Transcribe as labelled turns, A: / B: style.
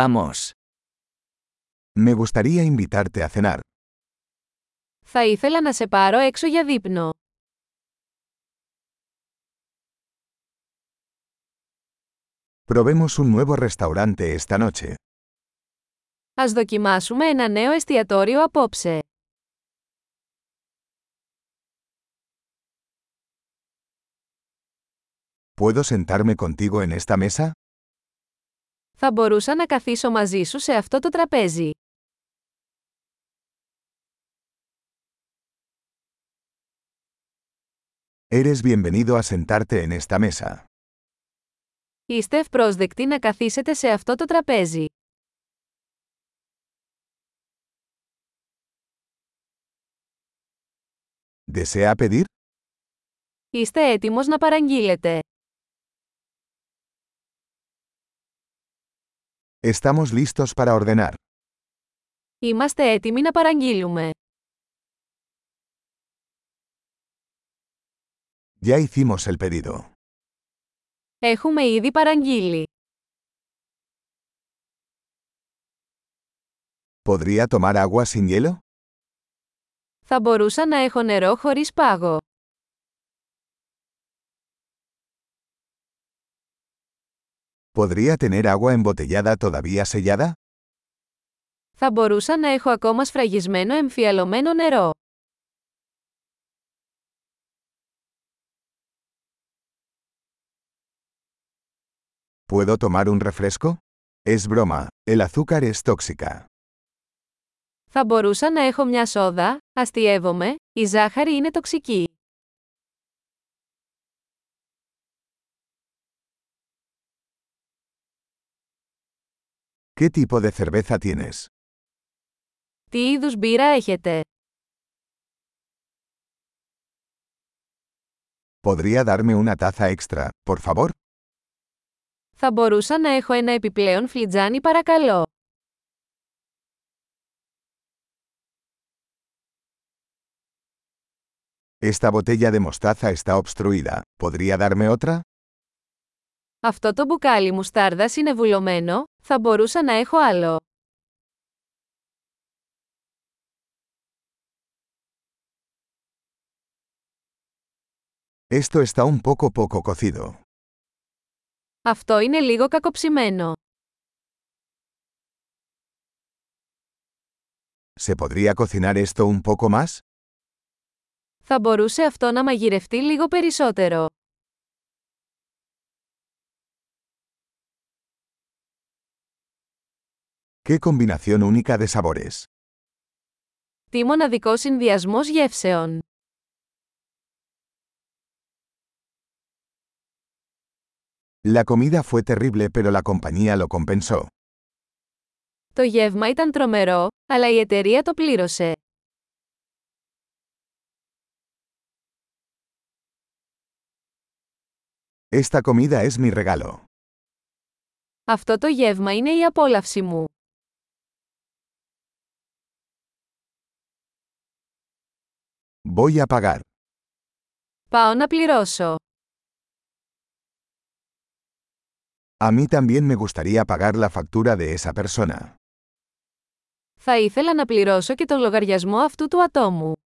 A: Vamos.
B: Me gustaría invitarte a cenar.
C: Θα ήθελα να σε πάρω έξω για δείπνο.
B: Probemos un nuevo restaurante esta noche.
C: Ας δοκιμάσουμε ένα νέο εστιατόριο απόψε.
B: ¿Puedo sentarme contigo en esta mesa?
C: Θα μπορούσα να καθίσω μαζί σου σε αυτό το τραπέζι.
B: Eres bienvenido a sentarte en esta mesa.
C: Είστε ευπρόσδεκτοι να καθίσετε σε αυτό το τραπέζι.
B: ¿Desea pedir?
C: Είστε έτοιμος να παραγγείλετε.
B: Estamos listos para ordenar.
C: Είμαστε έτοιμοι να παραγγείλουμε.
B: Ya hicimos el pedido.
C: Έχουμε ήδη παραγγείλει.
B: ¿Podría tomar agua sin hielo?
C: Θα μπορούσα να έχω νερό χωρίς πάγο.
B: ¿Podría tener agua embotellada todavía sellada?
C: Θα μπορούσα να έχω ακόμα σφραγισμένο εμφιαλωμένο νερό.
B: ¿Puedo tomar un refresco? Es broma, el azúcar es tóxica.
C: Θα μπορούσα να έχω μια σόδα, αστειεύομαι, η ζάχαρη είναι τοξική.
B: ¿Qué tipo de cerveza tienes?
C: Τι είδους μπύρα έχετε.
B: ¿Podría darme una taza extra, por favor?
C: Θα μπορούσα να έχω ένα επιπλέον φλιτζάνι παρακαλώ.
B: Esta botella de mostaza está obstruida. ¿Podría darme otra?
C: Αυτό το μπουκάλι μουστάρδας είναι βουλωμένο, θα μπορούσα να έχω άλλο.
B: Esto está un poco poco cocido.
C: Αυτό είναι λίγο κακοψημένο.
B: ¿Se podría cocinar esto un poco más?
C: Θα μπορούσε αυτό να μαγειρευτεί λίγο περισσότερο.
B: ¡Qué combinación única de sabores!
C: Τι μοναδικό συνδυασμός γεύσεων.
B: La comida fue terrible pero la compañía lo compensó.
C: Το γεύμα ήταν τρομερό, αλλά η εταιρεία το πλήρωσε.
B: Esta comida es mi regalo.
C: Αυτό το γεύμα είναι η απόλαυση μου.
B: Voy a pagar.
C: Πάω να πληρώσω.
B: A mí también me gustaría pagar la factura de esa persona.
C: Θα ήθελα να πληρώσω και τον λογαριασμό αυτού του ατόμου.